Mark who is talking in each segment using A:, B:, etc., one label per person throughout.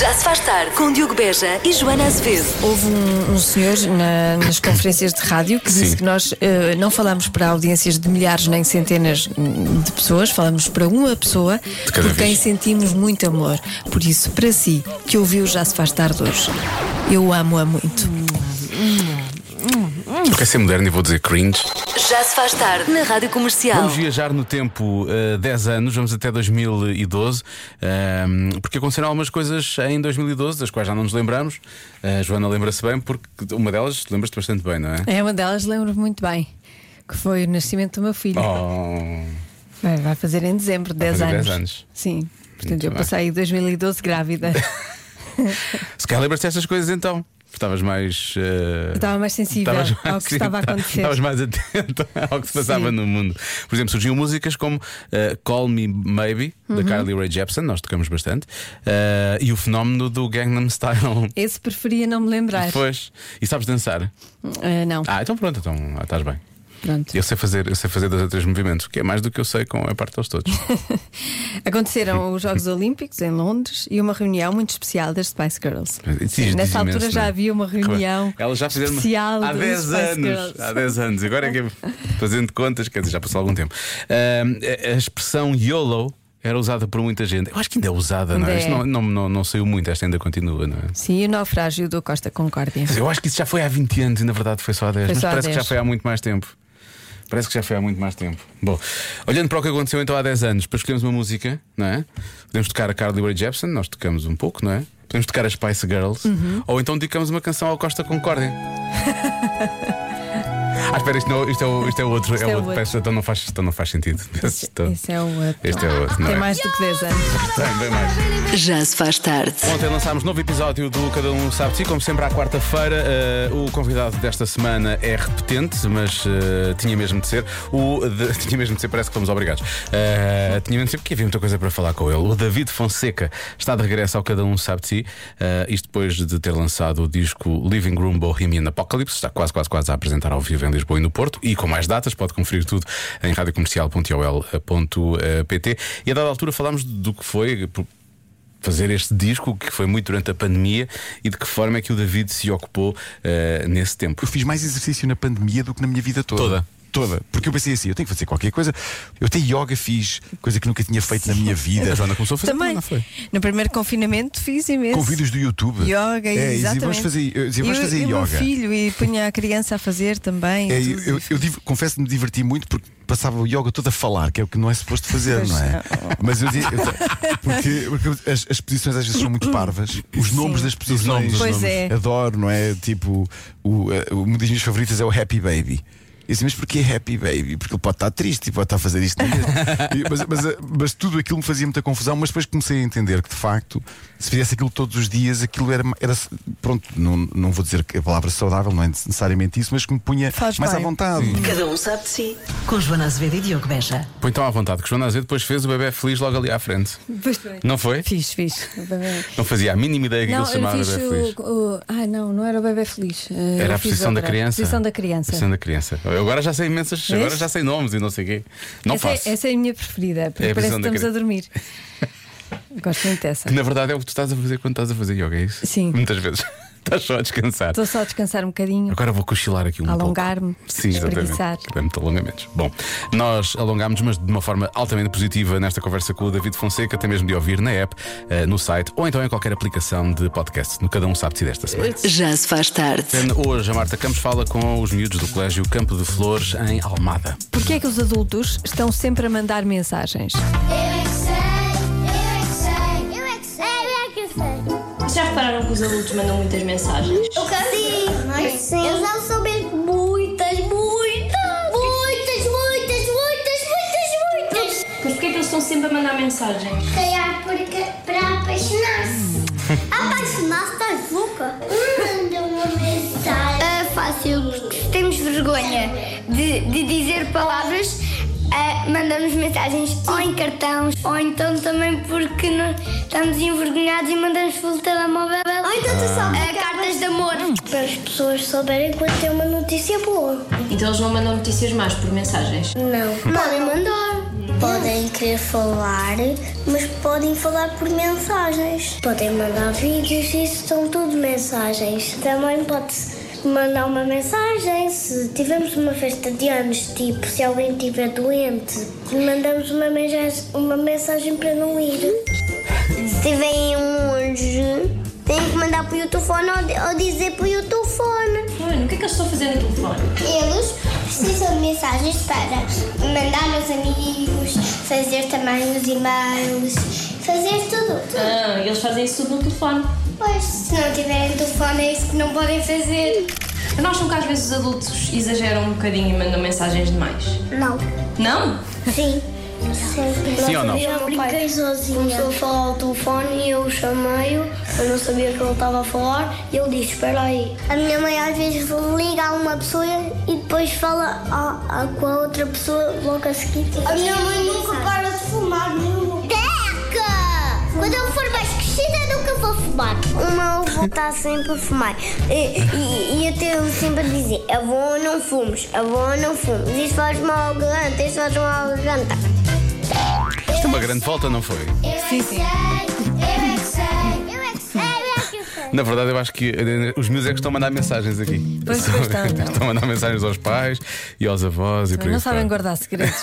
A: Já se faz tarde com Diogo Beja e Joana Azevedo.
B: Houve um, um senhor na- nas conferências de rádio que disse
C: Sim.
B: que nós eh, não falamos para audiências de milhares nem centenas hum, de pessoas, falamos para uma pessoa por
C: cada
B: quem
C: vez.
B: sentimos muito amor. Por isso, para si, que ouviu Já Se Faz Tarde hoje, eu amo-a muito.
C: Porque é ser moderno e vou dizer cringe.
A: Já se faz tarde na Rádio Comercial.
C: Vamos viajar no tempo eh, 10 anos, vamos até 2012, ehm, porque aconteceram algumas coisas em 2012 das quais já não nos lembramos. Eh, a Joana lembra-se bem, porque uma delas lembras-te bastante bem, não é?
B: É uma delas, lembro-me muito bem, que foi o nascimento do meu filho.
C: Oh,
B: Vai, vai fazer em dezembro, 10
C: fazer
B: anos.
C: 10 anos.
B: Sim, portanto
C: Muito
B: eu
C: bem.
B: passei 2012 grávida.
C: se calhar lembras-te destas coisas então. Estavas mais. eh,
B: Estava mais sensível
C: estavas mais-
B: ao que estava a
C: sim,
B: acontecer.
C: Estavas mais atento ao que se passava
B: Sim.
C: no mundo. Por exemplo, surgiam músicas como eh, Call Me Maybe,
B: Uhum.
C: da Carly Rae Jepsen, nós tocamos bastante, eh, e o fenómeno do Gangnam Style.
B: Esse preferia não me lembrar.
C: Pois. E sabes dançar?
B: Ah, não,
C: Ah, então pronto, então ah, estás bem.
B: pronto.
C: Eu sei fazer, eu sei fazer dois ou três movimentos, que é mais do que eu sei com a parte deles todos.
B: Aconteceram os Jogos Olímpicos em Londres e uma reunião muito especial das Spice Girls.
C: Diz-
B: Sim,
C: diz
B: nessa
C: imenso,
B: altura
C: não
B: já
C: é?
B: havia uma reunião
C: Elas já fizeram
B: especial
C: há
B: dos
C: 10
B: Spice
C: anos.
B: Girls.
C: Há 10 anos. Agora é que fazendo contas, quer dizer, já passou algum tempo. Ahm, a- a expressão YOLO era usada por muita gente. Eu acho que ainda é usada, não é?
B: Ainda é.
C: Isto não, não, não, não saiu muito, esta ainda continua, não é?
B: Sim, e o naufrágio do Costa Concórdia.
C: Eu acho que isso já foi há 20 anos e na verdade foi só há 10,
B: Foi
C: mas
B: só há
C: parece que
B: 10.
C: já foi há muito mais tempo. Parece que já foi há muito mais tempo. Bom, olhando para o que aconteceu então há 10 anos, para escolhermos uma música, não é? Podemos tocar a Carly Rae Jepsen, nós tocamos um pouco, não é? Podemos tocar as Spice Girls,
B: Uhum.
C: ou então dedicamos uma canção ao Costa Concórdia. ah, espera, isto, não, isto, é, o- isto é outro,
B: Isto é
C: é outro.
B: outro.
C: Peço, então, não faz, então não faz sentido. Peço,
B: Esse,
C: então-
B: esse é o outro.
C: este é outro, não
B: Tem
C: é?
B: mais do que 10 anos.
C: Tem, bem mais.
A: Já se faz tarde.
C: Ontem lançámos novo episódio do Cada Um Sabe de Si, como sempre à quarta-feira. eh, o convidado desta semana é repetente, mas eh, tinha mesmo de ser. O de- tinha mesmo de ser, parece que fomos obrigados. Eh, tinha mesmo de ser porque havia muita coisa para falar com ele. O David Fonseca está de regresso ao Cada Um Sabe de Si, eh, isto depois de ter lançado o disco Living Room Bohemian Apocalypse, está quase, quase, quase a apresentar ao vivo em Lisboa e no Porto, e com mais datas, pode conferir tudo em radiocomercial.ol.pt. eh, E a dada altura falámos do que foi, por- fazer este disco que foi muito durante a pandemia e de que forma é que o David se ocupou eh, nesse tempo.
D: Eu fiz mais exercício na pandemia do que na minha vida toda.
C: Toda?
D: Toda. Porque eu pensei assim, eu tenho que fazer qualquer coisa. Eu até yoga fiz, coisa que nunca tinha feito na minha vida.
C: A Joana começou a fazer
B: Também.
C: não foi?
B: No primeiro confinamento fiz imenso.
D: Com vídeos do YouTube.
B: Yoga,
D: é, e
B: exatamente.
D: vamos fazer, eu dizia, vamos
B: E o-
D: fazer
B: e o meu
D: yoga.
B: filho e punha a criança a fazer também.
D: É,
B: tudo.
D: eu, eu div- confesso que me diverti muito porque passava o yoga todo a falar, que é o que não é suposto fazer, não é? Mas eu dizia. eu te- porque porque as, as posições às vezes são muito parvas, os nomes das posições.
C: nomes, os
B: Pois nomes. é.
D: Adoro, não é? Tipo, o, eh, uma das minhas favoritas é o Happy Baby. Eu disse, mas porquê Happy Baby? Porque ele pode estar triste e pode estar a fazer isto. na mesma. E- mas, mas, eh, mas tudo aquilo me fazia muita confusão, mas depois comecei a entender que de facto, se fizesse aquilo todos os dias, aquilo era. era pronto, não, não vou dizer que a palavra saudável, não é necessariamente isso, mas que me punha
B: Faz
D: mais
B: bem.
D: à vontade.
E: Cada um sabe de si. Com Joana Azevedo e Diogo Beja.
C: Põe então à vontade, que Joana Azevedo depois fez o bebê feliz logo ali à frente.
B: Pois bem.
C: Não foi?
B: Fiz, fiz.
C: Não fazia a mínima ideia que
B: Não,
C: aquilo se chamava
B: eu fiz
C: bebê feliz.
B: o, o- Ah, não, não era o bebê feliz. Eh,
C: Era
B: eu
C: a
B: fiz
C: posição da
B: outra.
C: criança.
B: Posição da criança.
C: Posição da criança. Eu agora já sei imensas,
B: Vês?
C: agora já sei nomes e não sei o quê. Não
B: essa,
C: faço.
B: É, essa é a minha preferida, porque
C: É a
B: parece que
C: posição
B: estamos a
C: da criança.
B: dormir. Gosto muito dessa.
C: Que na verdade é o que tu estás a fazer quando estás a fazer yoga, é isso?
B: Sim.
C: Muitas vezes. Estás só a descansar.
B: Estou só a descansar um bocadinho.
C: Agora vou cochilar aqui um
B: Alongar-me,
C: pouco. Sim, exatamente.
B: espreguiçar.
C: Também muito alongamentos. Bom, nós alongámos, mas de uma forma altamente positiva nesta conversa com o David Fonseca, até mesmo de ouvir na app, eh, no site ou então em qualquer aplicação de podcast. No Cada Um Sabe-se desta semana.
A: Já se faz tarde.
C: Hoje a Marta Campos fala com os miúdos do Colégio Campo de Flores em Almada.
B: Porquê é que os adultos estão sempre a mandar mensagens?
F: Eu é que sei, eu é que sei, eu é que sei, eu é que sei.
G: Já repararam que os adultos mandam muitas mensagens?
F: Eu sim, mas sim. Eu já soube muitas, muitas, muitas, muitas, muitas, muitas, muitas.
G: Mas porquê é que eles estão sempre a mandar mensagens?
F: Calhar porque para apaixonar-se.
H: Hum.
F: Apaixonar-se estás louca? Manda uma mensagem.
H: É fácil, porque se temos vergonha de, de dizer palavras, eh, mandamos mensagens ou em cartões, ou então também porque não- estamos envergonhados e mandamos pelo telemóvel
F: Ou então tu só
H: eh, cartas de amor.
F: Para as pessoas souberem quando tem uma notícia boa.
G: Então eles não mandam notícias más por mensagens.
F: Não. Podem mandar. Podem querer falar, mas podem falar por mensagens. Podem mandar vídeos, isso são tudo mensagens. Também pode-se mandar uma mensagem se tivermos uma festa de anos, tipo se alguém estiver doente, mandamos uma mensagem, uma mensagem para não ir.
H: Se tiverem um anjo, têm que mandar para o telefone ou, dizer para o telefone.
G: Mano, o que é que eles estão a fazer no telefone?
H: Eles precisam de mensagens para mandar aos amigos, fazer também os e-mails, fazer tudo.
G: Ah, eles fazem isso tudo no telefone.
H: Pois, se não tiverem telefone, é isso que não podem fazer.
G: É. Não acham que às vezes os adultos exageram um bocadinho e mandam mensagens demais?
H: Não.
G: Não?
H: Sim.
C: Sim ou não?
H: Eu brinquei sozinha. Começou a falar ao telefone e eu chamei-o. Eu não sabia o que ele estava a falar e ele disse: Espera aí. A minha mãe às vezes liga a uma pessoa e depois fala a, a- com a outra pessoa logo a seguir. A minha mãe nunca para de fumar. Teca! Quando eu for mais crescida, nunca vou fumar. O meu avô está sempre a fumar. E, e- e eu tenho sempre a dizer: Avô, não fumes. Avô, não fumes. Isso faz mal ao garganta. Isso faz mal ao garganta.
C: Isto é uma grande volta, não foi?
H: Sim, sim. Eu é que sei, eu é que sei, eu é que sei.
C: Na verdade, eu acho que eh, os miúdos é que estão a mandar mensagens aqui.
B: Pois,
C: estão,
B: pois estão, não.
C: estão a mandar mensagens aos pais e aos avós e por
B: Não
C: isso.
B: sabem guardar segredos.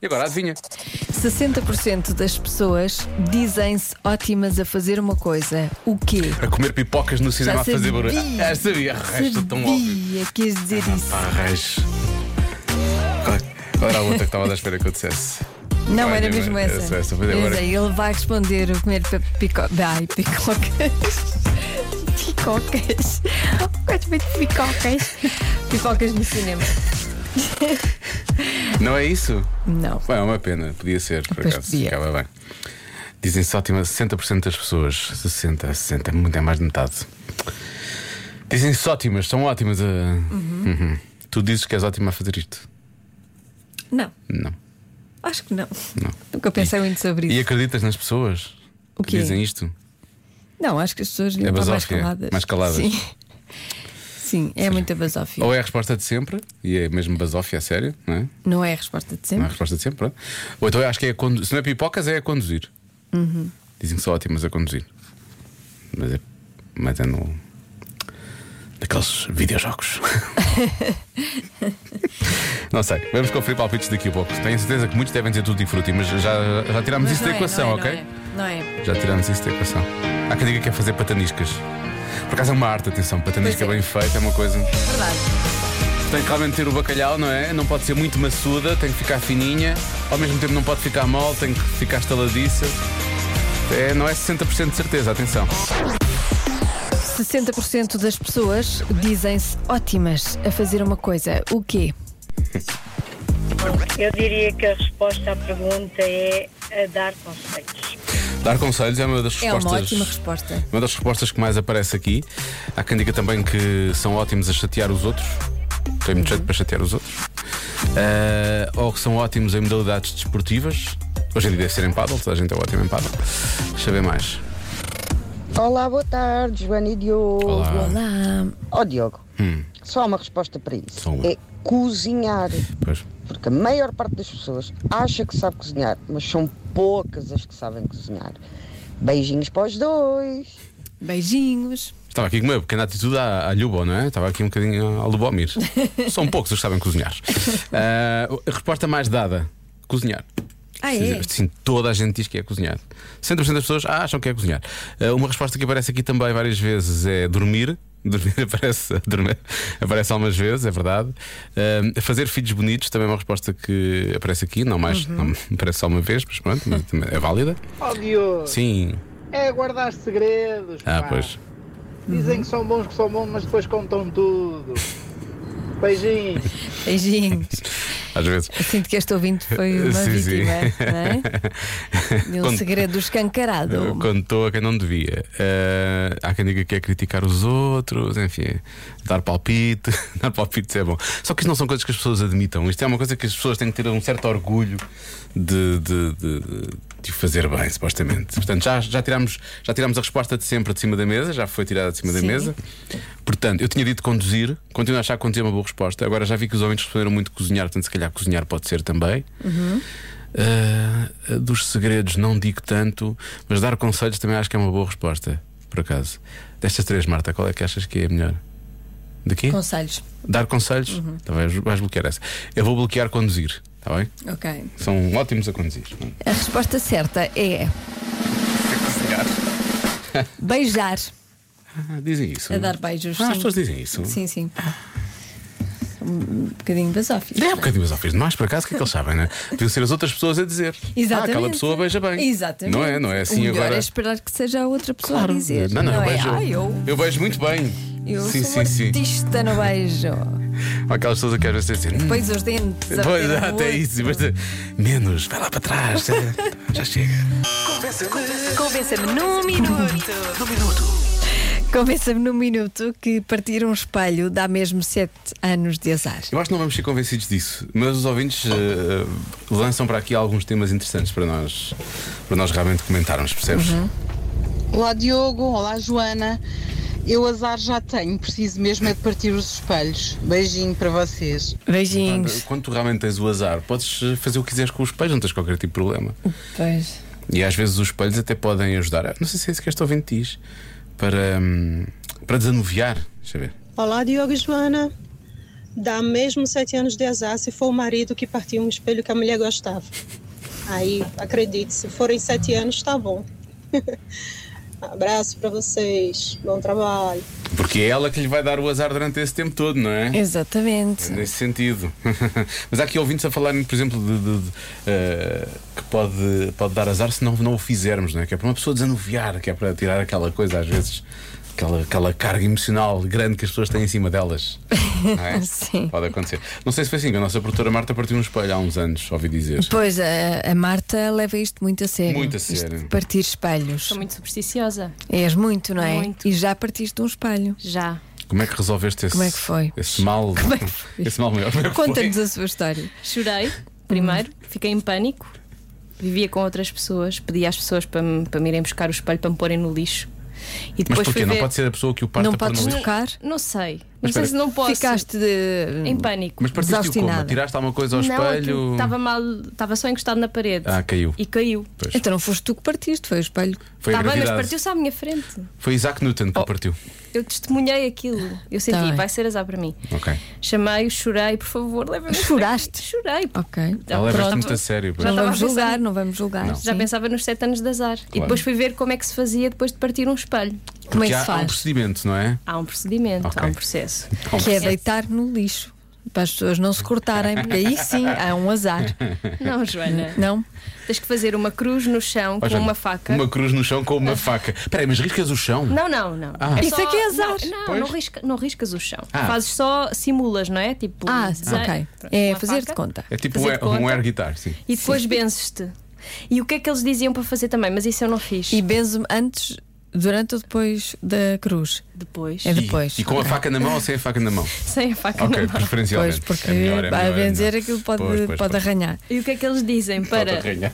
C: E agora, adivinha?
B: 60% das pessoas dizem-se ótimas a fazer uma coisa. O quê?
C: A comer pipocas no cinema
B: sabia.
C: a fazer barulho. Ah, sabia, resto tão óbvio.
B: Sabia que ias dizer isso.
C: Pá, reis. Qual- Qual era a outra que estava à espera que eu dissesse?
B: Não
C: Olha,
B: era mesmo
C: mas
B: essa.
C: essa- essa foi agora.
B: Eu sei, ele vai responder o comer pe- pico... Ai, picocas. picocas. Gosto muito de picocas. Pipocas no cinema.
C: Não é isso?
B: Não.
C: Bem, é uma pena, podia ser, por
B: Pois
C: acaso.
B: podia.
C: Ficava bem. Dizem-se ótima 60% das pessoas. 60, 60, muito é mais de metade. Dizem-se ótimas, são ótimas a. Uhum. Tu dizes que és ótima a fazer isto.
B: Não.
C: Não.
B: Acho que não.
C: Não.
B: Nunca pensei muito sobre
C: E
B: isso.
C: acreditas nas pessoas
B: O
C: que
B: quê?
C: dizem isto?
B: Não, acho que as pessoas
C: É
B: estão mais
C: basófia,
B: caladas.
C: mais caladas.
B: Sim. Sim, é muita basófia.
C: Ou é a resposta de sempre, e é mesmo basófia, a sério, não é?
B: Não é a resposta de
C: Não é a
B: sempre.
C: resposta de sempre, pronto. Ou então eu acho que é a conduzir. Se não é pipocas, é a conduzir.
B: Uhum.
C: Dizem que são ótimas a conduzir. Mas é, mas é no. Daqueles videojogos. não sei. Vamos conferir palpites daqui a pouco. Tenho certeza que muitos devem dizer tudo e fruto, mas já, já tirámos
B: Mas
C: isso
B: não
C: da
B: é,
C: equação,
B: não é,
C: ok?
B: Não é. Não é.
C: Já tirámos isso da equação. Há quem diga que é fazer pataniscas. Por acaso é uma arte, atenção. Patanisca
B: Pois é.
C: bem feita é uma coisa.
B: Verdade.
C: Tem que realmente ter o bacalhau, não é? Não pode ser muito maçuda, tem que ficar fininha, ao mesmo tempo não pode ficar mole, tem que ficar estaladiça. É, não é 60% de certeza, atenção.
B: 60% das pessoas dizem-se ótimas a fazer uma coisa. O quê?
I: Eu diria que a resposta à pergunta é a dar conselhos.
C: Dar conselhos é uma das
B: É
C: respostas.
B: uma ótima resposta.
C: uma das respostas que mais aparece aqui. Há quem diga também que são ótimos a chatear os outros. Tem muito jeito para chatear os outros. Ah, ou que são ótimos em modalidades desportivas. Hoje em dia deve ser em paddle, toda a gente é ótimo em paddle. Deixa eu ver mais.
J: Olá, boa tarde, Joana e Diogo.
C: Olá. Hum.
B: Olá.
J: Ó Diogo, só há uma resposta para isso.
C: Só uma.
J: É cozinhar.
C: Pois.
J: Porque a maior parte das pessoas acha que sabe cozinhar, mas são poucas as que sabem cozinhar. Beijinhos para os dois.
B: Beijinhos.
C: Estava aqui com uma pequena atitude à, à Lubo, não é? Estava aqui um bocadinho à Lubomir. São poucos os que sabem cozinhar. Ah, a resposta mais dada: cozinhar.
B: Ah, é?
C: Sim, toda a gente diz que é cozinhar. 100% das pessoas acham que é cozinhar. Ah, uma resposta que aparece aqui também várias vezes é dormir. Dormir aparece, dormir, aparece algumas vezes, é verdade. Ah, fazer filhos bonitos também é uma resposta que aparece aqui, não mais, não, aparece só uma vez, mas pronto, mas também é válida.
K: Ó Diogo,
C: Sim,
K: é guardar segredos.
C: ah,
K: pá.
C: pois.
K: Dizem que são bons, que são bons, mas depois contam tudo. Beijinhos.
B: Beijinhos.
C: Às vezes.
B: Eu Sinto que este ouvinte foi uma
C: Sim, sim.
B: vítima, não é? E um
C: Quando-
B: segredo
C: Eu
B: escancarado.
C: Contou Eh, a quem não devia. Eh, há quem diga que é criticar os outros, enfim, dar palpite. dar palpites é bom. Só que isto não são coisas que as pessoas admitam. Isto é uma coisa que as pessoas têm que ter um certo orgulho de, de- de- de- de o fazer bem, supostamente. Portanto, já, já, tirámos, já tirámos a resposta de sempre de cima da mesa, já foi tirada de cima da
L: Sim.
C: mesa. Portanto, eu tinha dito conduzir, continuo a achar que conduzir é uma boa resposta. Agora já vi que os homens responderam muito cozinhar, portanto, se calhar cozinhar pode ser também.
L: Uhum.
C: Ah, dos segredos não digo tanto, mas dar conselhos também acho que é uma boa resposta, por acaso. Destas três, Marta, qual é que achas que é a melhor? De quê?
B: Conselhos.
C: Dar conselhos?
B: Uhum.
C: Tá bem, vais bloquear essa. Eu vou bloquear conduzir, está bem?
B: Ok.
C: São ótimos a conduzir.
B: A resposta certa é beijar.
C: Ah, Dizem isso.
B: A É dar beijos.
C: Ah,
B: sim.
C: as pessoas dizem isso.
B: Sim, sim. Um bocadinho basófilo.
C: É um bocadinho mas ofensivo demais, por acaso, o que é que eles sabem, né? Deviam ser as outras pessoas a dizer.
B: Exatamente.
C: Ah, aquela pessoa beija bem.
B: Exatamente.
C: Não é? Não é
B: o
C: assim
B: melhor
C: agora.
B: é esperar que seja a outra pessoa a dizer.
C: Não, não, eu
B: é?
C: beijo.
B: Ah, eu,
C: eu beijo muito bem.
B: eu
C: sim,
B: sou
C: sim, sim.
B: artista no beijo.
C: Há Aquelas pessoas que às vezes dizem. "Hum,
B: Depois os dentes. a
C: Pois,
B: bater no
C: até
B: olho.
C: isso. Mas, eh, menos, vai lá para trás. já, já chega.
B: Convença-me num minuto. Num minuto. Convença-me num minuto que partir um espelho dá mesmo sete anos de azar.
C: Eu acho que não vamos ser convencidos disso, mas os ouvintes eh, lançam para aqui alguns temas interessantes para nós, para nós realmente comentarmos, percebes?
M: Olá Diogo, olá Joana. Eu azar já tenho, preciso mesmo é de partir os espelhos. Beijinho para vocês.
B: Beijinhos.
C: Ah, Quando tu realmente tens o azar, podes eh, fazer o que quiseres com os espelhos, não tens qualquer tipo de problema.
B: Pois.
C: E às vezes os espelhos até podem ajudar. Não sei se é isso que este ouvinte diz. Para, hum, para desanuviar. Deixa eu ver.
N: Olá, Diogo e Joana. Dá mesmo sete anos de azar se for o marido que partiu um espelho que a mulher gostava. Aí, acredite, se forem sete anos, tá bom. Abraço para vocês. Bom trabalho.
C: Porque é ela que lhe vai dar o azar durante esse tempo todo, não é?
B: Exatamente.
C: É Nesse sentido. Mas há aqui ouvintes a falarem, por exemplo, de, de- de, eh, que pode, pode dar azar se não, não o fizermos, não é? Que é para uma pessoa desanuviar, que é para tirar aquela coisa, às vezes, aquela, aquela carga emocional grande que as pessoas têm em cima delas. não é?
B: Sim.
C: Pode acontecer. Não sei se foi assim, que a nossa produtora Marta partiu um espelho há uns anos, ouvi dizer.
B: Pois, a, a Marta leva isto muito a sério.
C: Muito a
B: Isto de
C: sério.
B: Partir espelhos.
G: Sou muito supersticiosa.
B: És muito, não é?
G: Muito.
B: E já partiste de um espelho.
G: Já.
C: Como é que resolveste esse,
B: Como é que foi? é
C: esse mal? Esse mal maior. Como é que foi?
B: Conta-nos a sua história.
G: Chorei, primeiro, fiquei em pânico, vivia com outras pessoas, pedi às pessoas para me, para me irem buscar o espelho para me porem no lixo. E
C: Mas
G: depois fui
C: porquê? Não
G: ver-
C: pode ser a pessoa que o parta por no lixo?
G: Não, sei.
C: Mas
G: não sei
C: espera.
G: se não posso.
B: Ficaste de...
G: em pânico.
C: Mas partiste o como? Tiraste alguma coisa ao
B: é
G: não,
C: um espelho?
G: Estava mal, estava só encostado na parede.
C: Ah, caiu.
G: E caiu.
C: Pois.
B: Então não foste tu que partiste, foi o espelho.
C: Foi a
G: Está bem, mas
C: gravidade.
G: partiu-se à minha frente.
C: Foi Isaac Newton que partiu.
G: Eu testemunhei aquilo. Eu senti,
C: bem.
G: vai ser azar para mim.
C: Ok.
G: Chamei, chorei, por favor, leva-me. Choraste? Chorei.
B: Ok.
C: Ela levas-te muito a sério. pois.
B: Não
G: estava
B: vamos
G: a pensar
B: julgar, não vamos julgar.
C: Não.
G: Já
B: sim.
G: pensava nos sete anos de azar. E depois fui ver como é que se fazia depois de partir um espelho.
C: Porque há, há um procedimento, não é?
G: Há um procedimento,
C: Ok.
G: há um processo.
B: Que é deitar no lixo. Para as pessoas não se cortarem, porque aí sim há um azar.
G: Não, Joana.
B: Não?
G: Tens que fazer uma cruz no chão
C: Ó,
G: com
C: Joana,
G: uma faca.
C: Uma cruz no chão com uma faca. Espera aí, mas riscas o chão?
G: Não, não, não.
C: Ah. Isso
G: só-
C: é que é azar.
G: Não, não,
C: Pois.
G: não, risca- não riscas o chão.
C: Ah.
G: Fazes só, simulas, não é? Tipo,
B: Ah,
G: desenho.
B: ok.
G: Pronto,
B: É
G: uma
B: fazer de
G: faca.
B: conta.
C: É tipo um,
G: Fazer de
C: air-
G: conta.
C: um air guitar, sim.
G: E depois benzes-te. E o que é que eles diziam para fazer também? Mas isso eu não fiz.
B: E benzo-me antes, durante ou depois da cruz?
G: Depois.
B: É depois.
C: E, e com a
B: Ok.
C: faca na mão ou sem a faca na mão?
G: Sem a faca
C: Ok,
G: na mão.
C: preferencialmente.
B: Pois, porque
C: É melhor, é
B: para
C: melhor, é
B: benzer
C: melhor.
B: aquilo pode,
C: Pois, pois,
B: pode
C: pois.
B: arranhar.
G: E o que é que eles dizem
C: Pode
G: para
C: arranhar.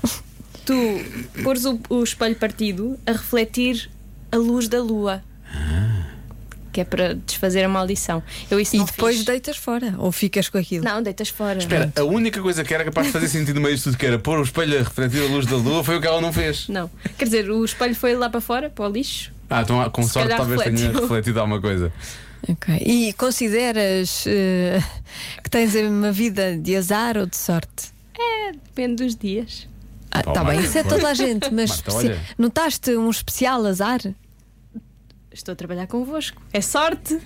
G: tu pôres o, o espelho partido a refletir a luz da lua?
C: Ah.
G: Que é para desfazer a maldição. Eu isso
B: E depois deitas fora, ou ficas com aquilo?
G: Não, deitas fora.
C: Espera, a única coisa que era capaz de fazer sentido no meio disto tudo, que era pôr o espelho a refletir a luz da lua, foi o que ela não fez.
G: Não. Quer dizer, o espelho foi lá para fora, para o lixo.
C: Ah, então ah, com
G: Se
C: sorte
G: calhar
C: talvez tenha
G: refletiu.
C: refletido alguma coisa.
B: Ok. E consideras eh, que tens uma vida de azar ou de sorte?
G: É, depende dos dias.
B: Ah,
C: Pá,
B: tá bem,
C: Marta,
B: isso é
C: olha.
B: toda a gente, mas
C: Marta,
B: especi-
C: olha.
B: notaste um especial azar?
G: Estou a trabalhar convosco. É sorte.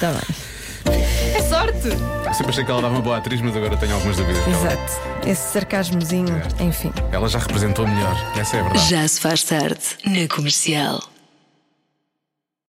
B: Tá bem.
G: É sorte.
C: Eu sempre achei que ela dava uma boa atriz, mas agora tenho algumas dúvidas. dela.
B: Exato. Esse sarcasmozinho, enfim.
C: Ela já representou melhor, essa é a verdade.
A: Já se faz tarde na comercial.